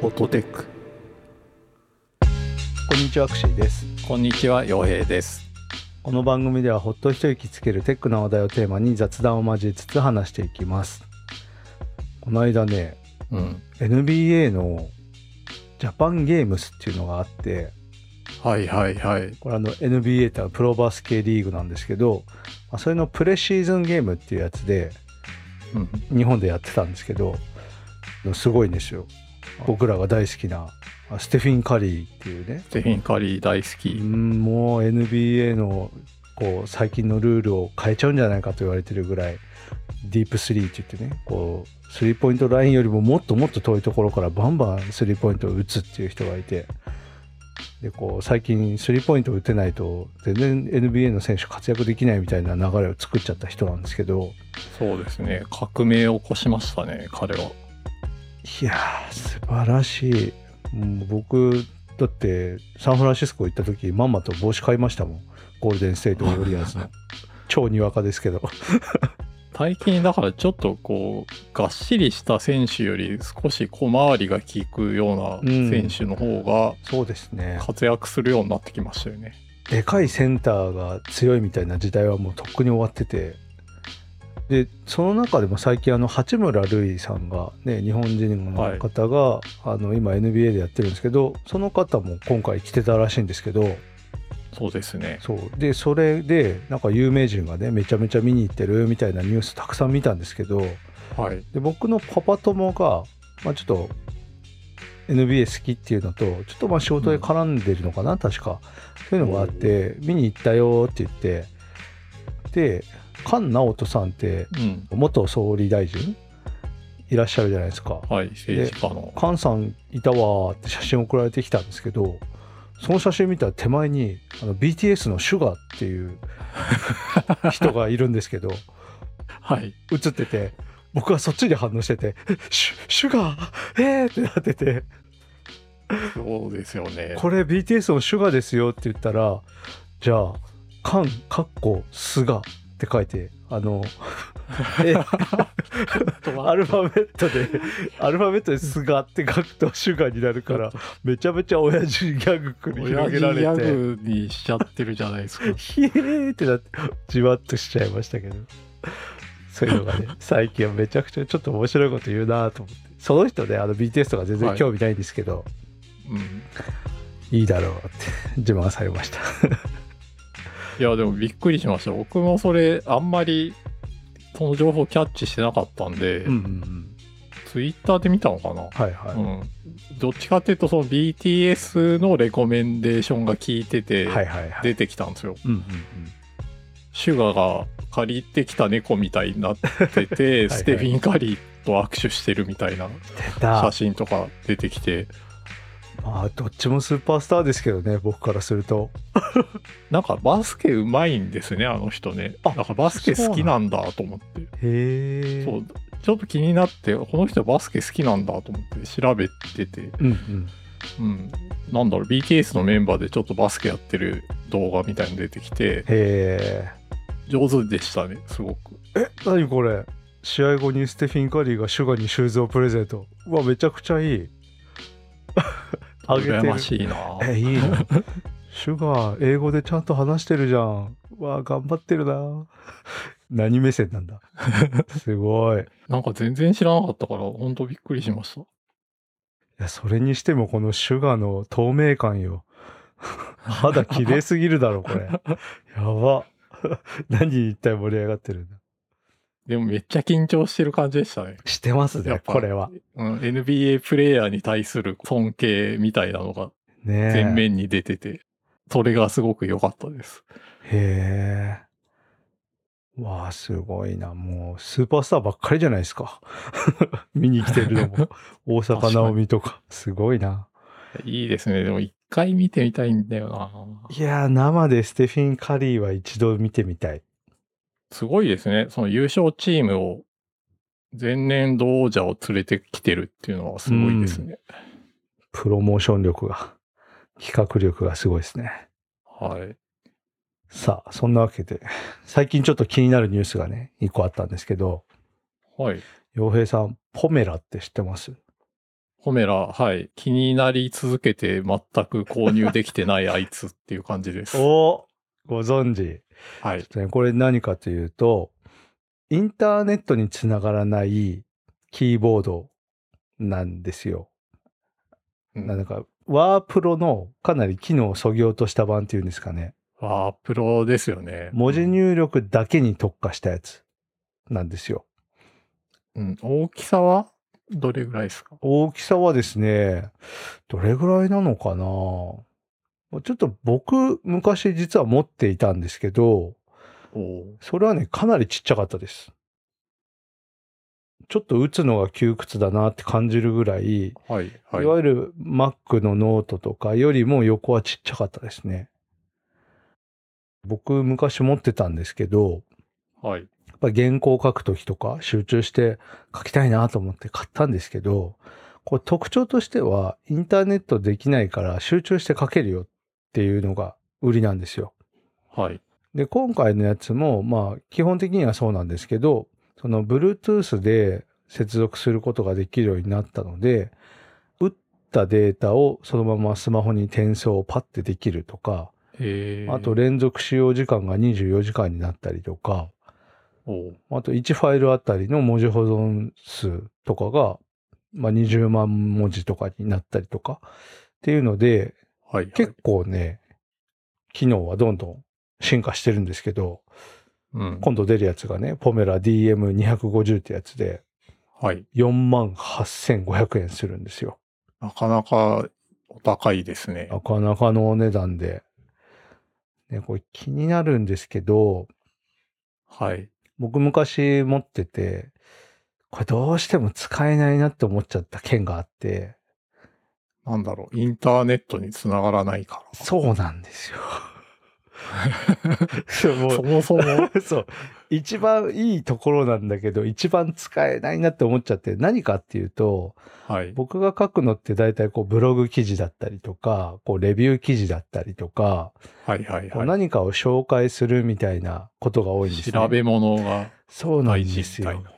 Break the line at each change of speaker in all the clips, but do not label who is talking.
オートテック
こんにちは、アクシーです。
こんにちは洋平です
この番組ではほっと一息つけるテックな話題をテーマに雑談を交えつつ話していきます。この間ね、
うん
NBA のジャパンゲームスっていうのがあって、
はいはいはい
これあの NBA ってあのプロバスケリーグなんですけど、まあそれのプレシーズンゲームっていうやつで、
うん
日本でやってたんですけどすごいんですよ僕らが大好きなあステフィン・カリーっていうね
ステフィン・カリー大好
う
き
んもう NBA のこう最近のルールを変えちゃうんじゃないかと言われてるぐらいディープスリーって言ってねこうスリーポイントラインよりももっともっと遠いところからバンバンスリーポイントを打つっていう人がいてでこう最近スリーポイントを打てないと全然 NBA の選手活躍できないみたいな流れを作っちゃった人なんですけど、
そうですね革命を起こしましたね彼はい
やー素晴らしいもう僕だってサンフランシスコ行った時まんまと帽子買いましたもんゴールデン・ステート・ウォリアーズの超にわかですけど
最近だからちょっとこうがっしりした選手より少し小回りが利くような選手の方が
そうですね
活躍するようになってきましたよね、
でかいセンターが強いみたいな時代はもうとっくに終わっててでその中でも最近あの八村塁さんが、ね、日本人の方が、あの今 NBA でやってるんですけどその方も今回来てたらしいんですけど
そうですね
そうでそれでなんか有名人がねめちゃめちゃ見に行ってるみたいなニュースたくさん見たんですけど
はい
で僕のパパ友が、まあ、ちょっと NBA 好きっていうのとちょっとまあ仕事で絡んでるのかな、確かそういうのがあって見に行ったよって言ってで菅直人さんって
うん
元総理大臣いらっしゃるじゃないですか
はい政治家の
菅さんいたわーって写真送られてきたんですけどその写真見たら手前にあの BTS のシュガーっていう人がいるんですけど
はい
写ってて僕はそっちに反応してて「シュシュガーえー!」ってなってて
そうですよね
「これ BTS のシュガーですよ」って言ったら「じゃあ菅かっこ菅」って書いてあのえ アルファベットでアルファベットで「菅」って書くと「シュガー」になるからめちゃめちゃ親父ギャグ繰り広げられ
親父ギ
て
ャグにしちゃってるじゃないですか
ひえーってなってじわっとしちゃいましたけどそういうのが ね最近はめちゃくちゃちょっと面白いこと言うなと思ってその人ねあの BTS とか全然興味ないんですけど、
うん
い、いだろうって自慢されました
いやでもびっくりしました僕もそれあんまりその情報キャッチしてなかったんで、
うんうんうん
ツイッターで見たのかな、
はいはい、
うん、どっちかっていうとその BTS のレコメンデーションが効いてて
はいはいはい
出てきたんですよ、
うんうん
シュガが借りてきた猫みたいになってて
はい
ステフィン・カリーと握手してるみたいな
出
写
た、
真とか出てきて
まあ、どっちもスーパースターですけどね僕からすると
なんかバスケうまいんですねあの人ね
あ
なんかバスケ好きなんだと思って
へえ
そうちょっと気になってこの人バスケ好きなんだと思って調べてて、
うんうん
うん、なんだろう BTS のメンバーでちょっとバスケやってる動画みたいに出てきて
へ
上手でしたねすごく
ーえ何これ試合後にステフィン・カリーがシュガーにシューズをプレゼントうわめちゃくちゃいい上げてる
羨ましい な
えいい なシュガー英語でちゃんと話してるじゃんわあ頑張ってるな何目線なんだすごいい
なんか全然知らなかったからほんとびっくりしました
やそれにしてもこのシュガーの透明感よ肌 綺麗すぎるだろこれやば何に一体盛り上がってるんだ
でもめっちゃ緊張してる感じでしたね
してます
やっ
ね
ぱ
これは
うん、NBA プレイヤーに対する尊敬みたいなのが
ねえ
前面に出てて、それがすごく良かったです。
へえわあすごいなもうスーパースターばっかりじゃないですか 見に来てる のも大坂なおみとかすごいない
いですね。でも一回見てみたいんだよな。
いやー生でステフィン・カリーは一度見てみたい。
すごいですね。その優勝チームを前年度王者を連れてきてるっていうのはすごいですね。
プロモーション力が、企画力がすごいですね。
はい。
さあ、そんなわけで、最近ちょっと気になるニュースがね、一個あったんですけど、
はい。
洋平さん、ポメラって知ってます
ホメラ、はい、気になり続けて全く購入できて ないあいつっていう感じです。
おご存知。
はい。
ねこれ何かというと、インターネットにつながらないキーボードなんですよ。
うん
なんか、ワープロのかなり機能をそぎ落とした版っていうんですかね。
あープロですよね。
文字入力だけに特化したやつなんですよ。
うん、大きさはどれぐらいですか
大きさはですね、どれぐらいなのかなちょっと僕、昔実は持っていたんですけど、
おお。
それはね、かなりちっちゃかったです。ちょっと打つのが窮屈だなって感じるぐらい、
はい、
い、わ
はい。
ゆる Mac のノートとかよりも横はちっちゃかったですね。僕、昔持ってたんですけど、
はい。
やっぱ原稿を書くときとか集中して書きたいなと思って買ったんですけど、これ特徴としてはインターネットできないから集中して書けるよっていうのが売りなんですよ。
はい。
で、今回のやつも、まあ、基本的にはそうなんですけど、その Bluetooth で接続することができるようになったので、打ったデータをそのままスマホに転送をパッてできるとか、
えー、
あと、連続使用時間が24時間になったりとか、
おー
あと1ファイルあたりの文字保存数とかが、まあ、20万文字とかになったりとかっていうので、
はい、はい。
結構ね、機能はどんどん進化してるんですけど、
うん。
今度出るやつがね、ポメラ DM250 ってやつで、
はい。
4万8500円するんですよ。
なかなかお高いですね。
なかなかのお値段で。ね、これ気になるんですけど、
はい。
僕昔持ってて、これどうしても使えないなって思っちゃった件があって、
なんだろう、インターネットにつながらないか
そうなんですよ。そう、も
ら。そうもそも、
そう。一番いいところなんだけど、一番使えないなって思っちゃって、何かっていうと、
はい。
僕が書くのって大体こうブログ記事だったりとか、こうレビュー記事だったりとか、
はいはい
こう
は
何かを紹介するみたいなことが多いん
い。
ですね。
調べ物 が
そうなん
大
で
事
す
みたい
よ。
な。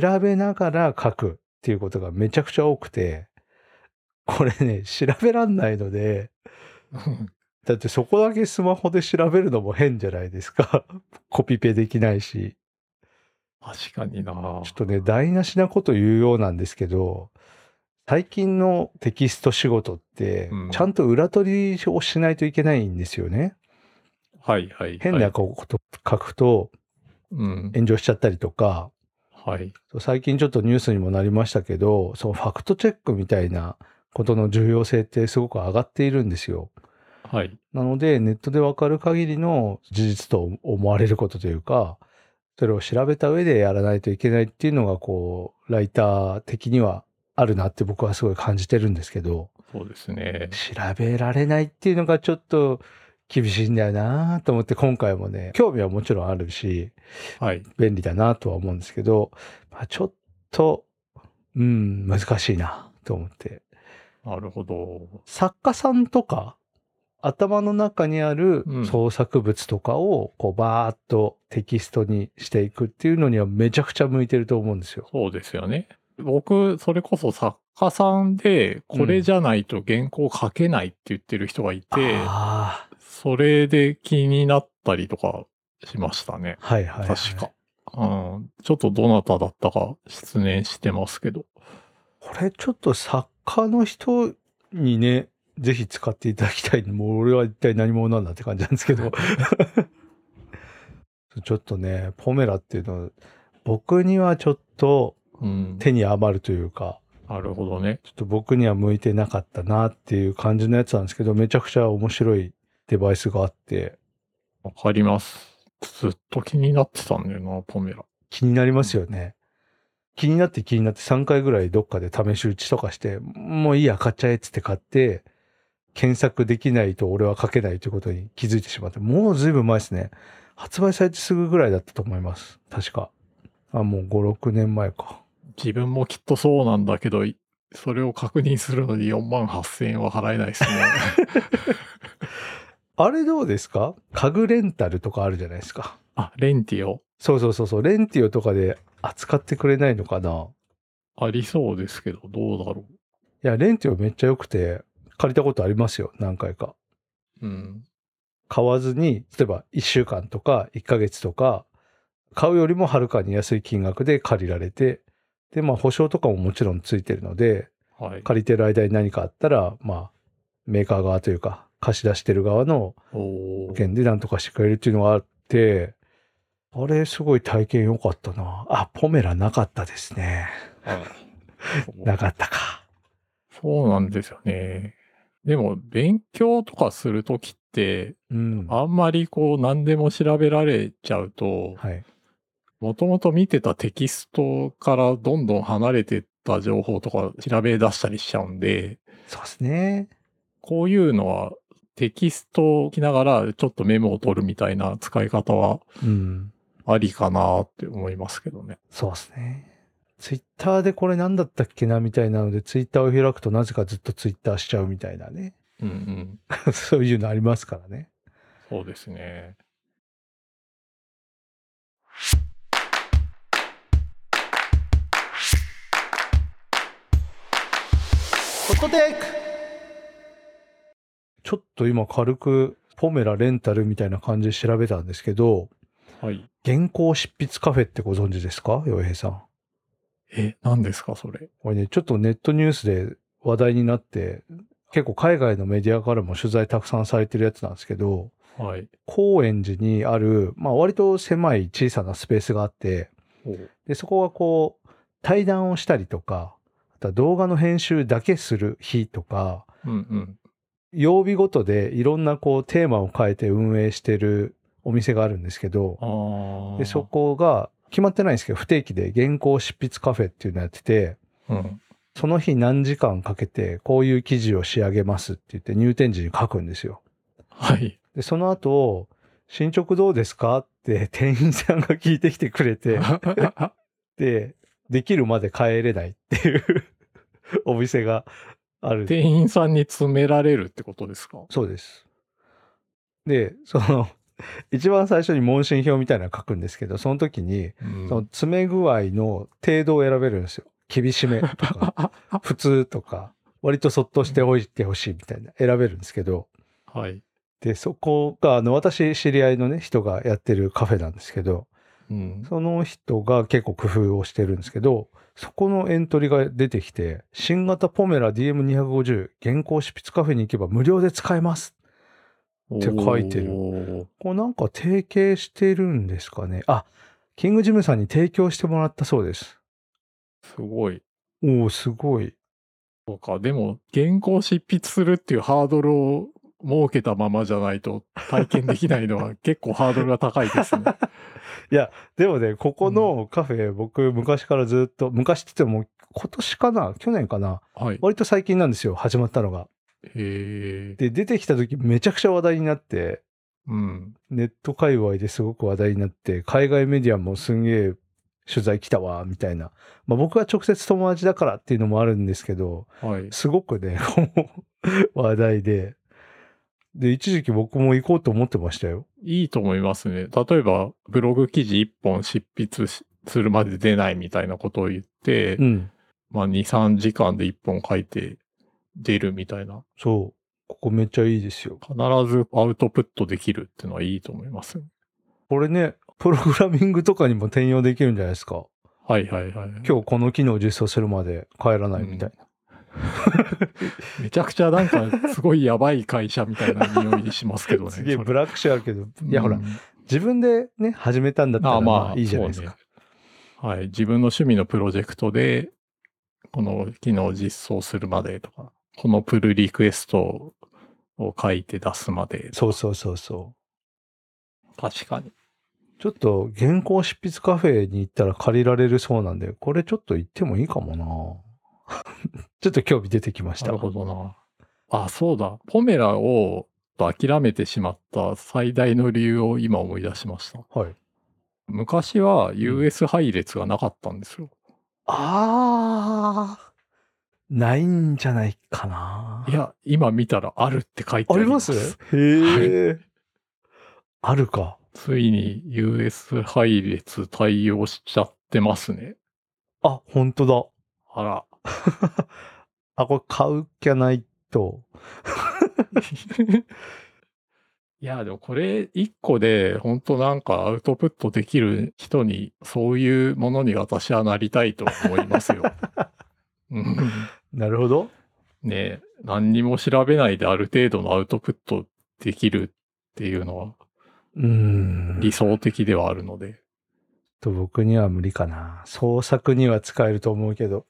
調べながら書くっていうことがめちゃくちゃ多くて、これね、調べらんないので、だってそこだけスマホで調べるのも変じゃないですか。 コピペできないし。
確かにな
ちょっとね、台無しなこと言うようなんですけど、最近のテキスト仕事って
う、ん
ちゃんと裏取りをしないといけないんですよね。
はいはい。
変なこと書くと
うん。
炎上しちゃったりとか、
はい。
最近ちょっとニュースにもなりましたけど、そのファクトチェックみたいなことの重要性ってすごく上がっているんですよ。
はい。
なので、ネットでわかる限りの事実と思われることというか、それを調べた上でやらないといけないっていうのが、こう、ライター的にはあるなって僕はすごい感じてるんですけど、
そうですね。
調べられないっていうのがちょっと厳しいんだよなと思って、今回もね、興味はもちろんあるし、
はい。
便利だなとは思うんですけど、まあ、ちょっと、うん、難しいなと思って。
なるほど。
作家さんとか頭の中にある
うん
創作物とかをこうバーッとテキストにしていくっていうのにはめちゃくちゃ向いてると思うんですよ。
そうですよね。僕、それこそ作家さんで、これじゃないと原稿書けないって言ってる人がいて、
ああ
それで気になったりとかしましたね。
はいはい、はい。
確か。うん、ちょっとどなただったか失念してますけど。
これちょっと作家の人にね、ぜひ使っていただきたい。もう俺は一体何者なんだって感じなんです けど。ちょっとね、ポメラっていうのは僕にはちょっと
うん、
手に余るというか、
なるほどね。
ちょっと僕には向いてなかったなっていう感じのやつなんですけど、めちゃくちゃ面白いデバイスがあって、
わかります。ずっと気になってたんだよな、ポメラ。
気になりますよね。気になって気になって3回ぐらいどっかで試し打ちとかして、もういいや、買っちゃえっつって買って、検索できないと俺は書けないということに気づいてしまって、もうずいぶん前ですね。発売されてすぐぐらいだったと思います。確か。あ、もう5、6年前か。
自分もきっとそうなんだけど、いそれを確認するのに4万8000円は払えないですね。
あれどうですか家具レンタルとかあるじゃないですか。
あ、レンティオ
そうそうそうそう、レンティオとかで扱ってくれないのかな
ありそうですけど、どうだろう。
いや、レンティオめっちゃ良くて、借りたことありますよ、何回か。
うん。
買わずに、例えば1週間とか1ヶ月とか、買うよりもはるかに安い金額で借りられて、で、まあ保証とかももちろんついてるので、
はい。
借りてる間に何かあったら、まあ、メーカー側というか、貸し出してる側の
おー
保険で何とかしてくれるっていうのがあって、あれ、すごい体験良かったな。あ、ポメラなかったですね。
あ
なかったか。
そうなんですよね。でも、勉強とかするときって、
うん。
あんまりこう、何でも調べられちゃうと、
はい。
もともと見てたテキストからどんどん離れてった情報とか調べ出したりしちゃうんで、
そうですね。
こういうのはテキストを着ながらちょっとメモを取るみたいな使い方は
うん。
ありかなって思いますけどね。
そうですね。ツイッターでこれ何だったっけなみたいなので、ツイッターを開くとなぜかずっとツイッターしちゃうみたいなね。
うんうん。
そういうのありますからね。
そうですね。
ここでちょっと今軽くポメラレンタルみたいな感じで調べたんですけど、
はい。
原稿執筆カフェってご存知ですか洋平さん。
え、何ですかそれ。
これね、ちょっとネットニュースで話題になって、結構海外のメディアからも取材たくさんされてるやつなんですけど、
はい。
高円寺にある、まあ割と狭い小さなスペースがあって、
おう
で、そこはこう、対談をしたりとか、あとは動画の編集だけする日とか、
うんうん。
曜日ごとでいろんなこうテーマを変えて運営してるお店があるんですけど、
ああ。
でそ。こが決まってないんですけど、不定期で原稿執筆カフェっていうのやってて、
うん。
その日何時間かけてこういう記事を仕上げますって言って入店時に書くんですよ。
はい。
で、その後、進捗どうですかって 店員さんが聞いてきてくれて、で、できるまで帰れないっていう お店があ る。
店員さんに詰められるってことです か
そうです。で、その、一番最初に問診票みたいなの書くんですけど、その時に、
うん
その詰め具合の程度を選べるんですよ。厳しめとか、 普通とか、割とそっとしておいてほしいみたいな、選べるんですけど、
はい。
で、そこが、あの、私、知り合いのね、人がやってるカフェなんですけど、
うん。
その人が結構工夫をしてるんですけど、そこのエントリーが出てきて、新型ポメラ DM250 原稿執筆カフェに行けば無料で使えます。て書いてる
る。
こうなんか提携してるんですかね。あ、キングジムさんに提供してもらったそうです。
すごい。
おお、すごい。
そうか。でも、原稿執筆するっていうハードルを設けたままじゃないと体験できないのは 結構ハードルが高いですね。
でもね、ここのカフェ、僕昔からずっと、昔って言っても今年かな、去年かな、
はい。
割と最近なんですよ、始まったのが。
へえ。
で、出てきた時めちゃくちゃ話題になって、
うん。
ネット界隈ですごく話題になって、海外メディアもすんげえ取材来たわ、みたいな。まあ僕が直接友達だからっていうのもあるんですけど、
はい。
すごくね、 こう話題で。で、一時期僕も行こうと思ってましたよ。
いいと思いますね。例えば、ブログ記事1本執筆しするまで出ないみたいなことを言って、
うん。
まあ、2、3時間で1本書いて出るみたいな。
そう。ここめっちゃいいですよ。
必ずアウトプットできるっていうのはいいと思います。
これね、プログラミングとかにも転用できるんじゃないですか。
はいはいはい。
今日この機能を実装するまで帰らないみたいな。
めちゃくちゃなんかすごいやばい会社みたいな匂いしますけどね。
すげえ
それ
ブラックシェあるけど、いやほら
う、ん
自分でね、始めたんだった
あ
ら
あ
ま
ま
あ
あ
いいじゃないですか。
そうねはい。自分の趣味のプロジェクトで、この機能を実装するまでとか、このプルリクエストを書いて出すまで。
そうそうそうそう。
確かに。
ちょっと原稿執筆カフェに行ったら借りられるそうなんで、これちょっと行ってもいいかもな ちょっと興味出てきまし
な
た。
るほどな。あ、そうだ。ポメラを諦めてしまった最大の理由を今思い出しました。
はい。
昔は US 配列がなかったんですよ。
あー、ないんじゃないかない
や、今見たらあるって書いて
あ
あ
り
り
ま
ますす。
へー、あるか。
ついに US 配列対応しちゃってますね。
あ、本当だ。
あら。
あ、これ買うきゃないと。
いや、でもこれ一個で、本当なんかアウトプットできる人に、そういうものに私はなりたいと思いますよ。 うん
なるほど。
ねえ何にも調べないである程度のアウトプットできるっていうのは
うーん。
理想的ではあるので。
ちょっと僕には無理かな。創作には使えると思うけど、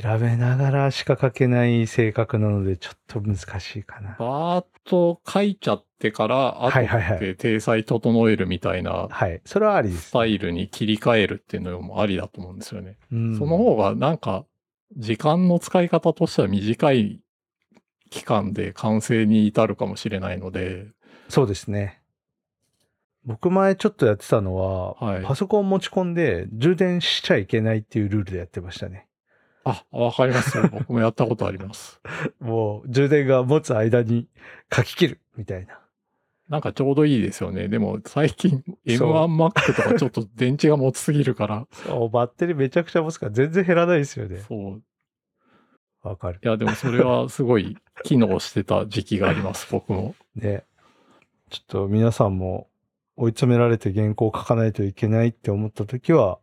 調べながらしか書けない性格なので、ちょっと難しいかな。
バーッと書いちゃってから、後
はいはいはい
で体裁整えるみたいな
はい。それはありで
ス
す。
タイルに切り替えるっていうのもありだと思うんですよね。
うん
その方がなんか、時間の使い方としては短い期間で完成に至るかもしれないので、
そうですね。僕前ちょっとやってたのは、
はい
パソコン持ち込んで充電しちゃいけないっていうルールでやってましたね。
あ、わかります よ。僕もやったことあります。
もう充電が持つ間に書き切るみたいな。
なんかちょうどいいですよね。でも最近
そう
M1Mac とかちょっと電池が持ちすぎるから、
そう、バッテリーめちゃくちゃ持つから全然減らないですよね。
そう。
わかる。
いや、でもそれはすごい機能してた時期があります、僕も。
ね。ちょっと皆さんも追い詰められて原稿を書かないといけないって思った時は、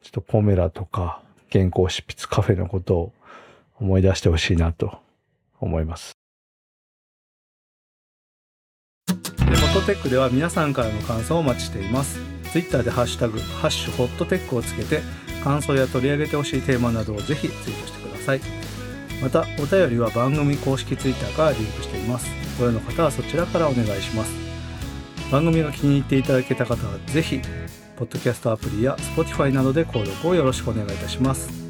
ちょっとポメラとか原稿執筆カフェのことを思い出してほしいなと思います。レホットテックでは皆さんからの感想をお待ちしています。ツイッターでハッシュタグ、ハッシュホットテックをつけて、感想や取り上げてほしいテーマなどをぜひツイートしてください。またお便りは番組公式ツイッターからリンクしていますご用の方はそちらからお願いします番組が気に入っていただけた方はぜひポッドキャストアプリや Spotify などで購読をよろしくお願いいたします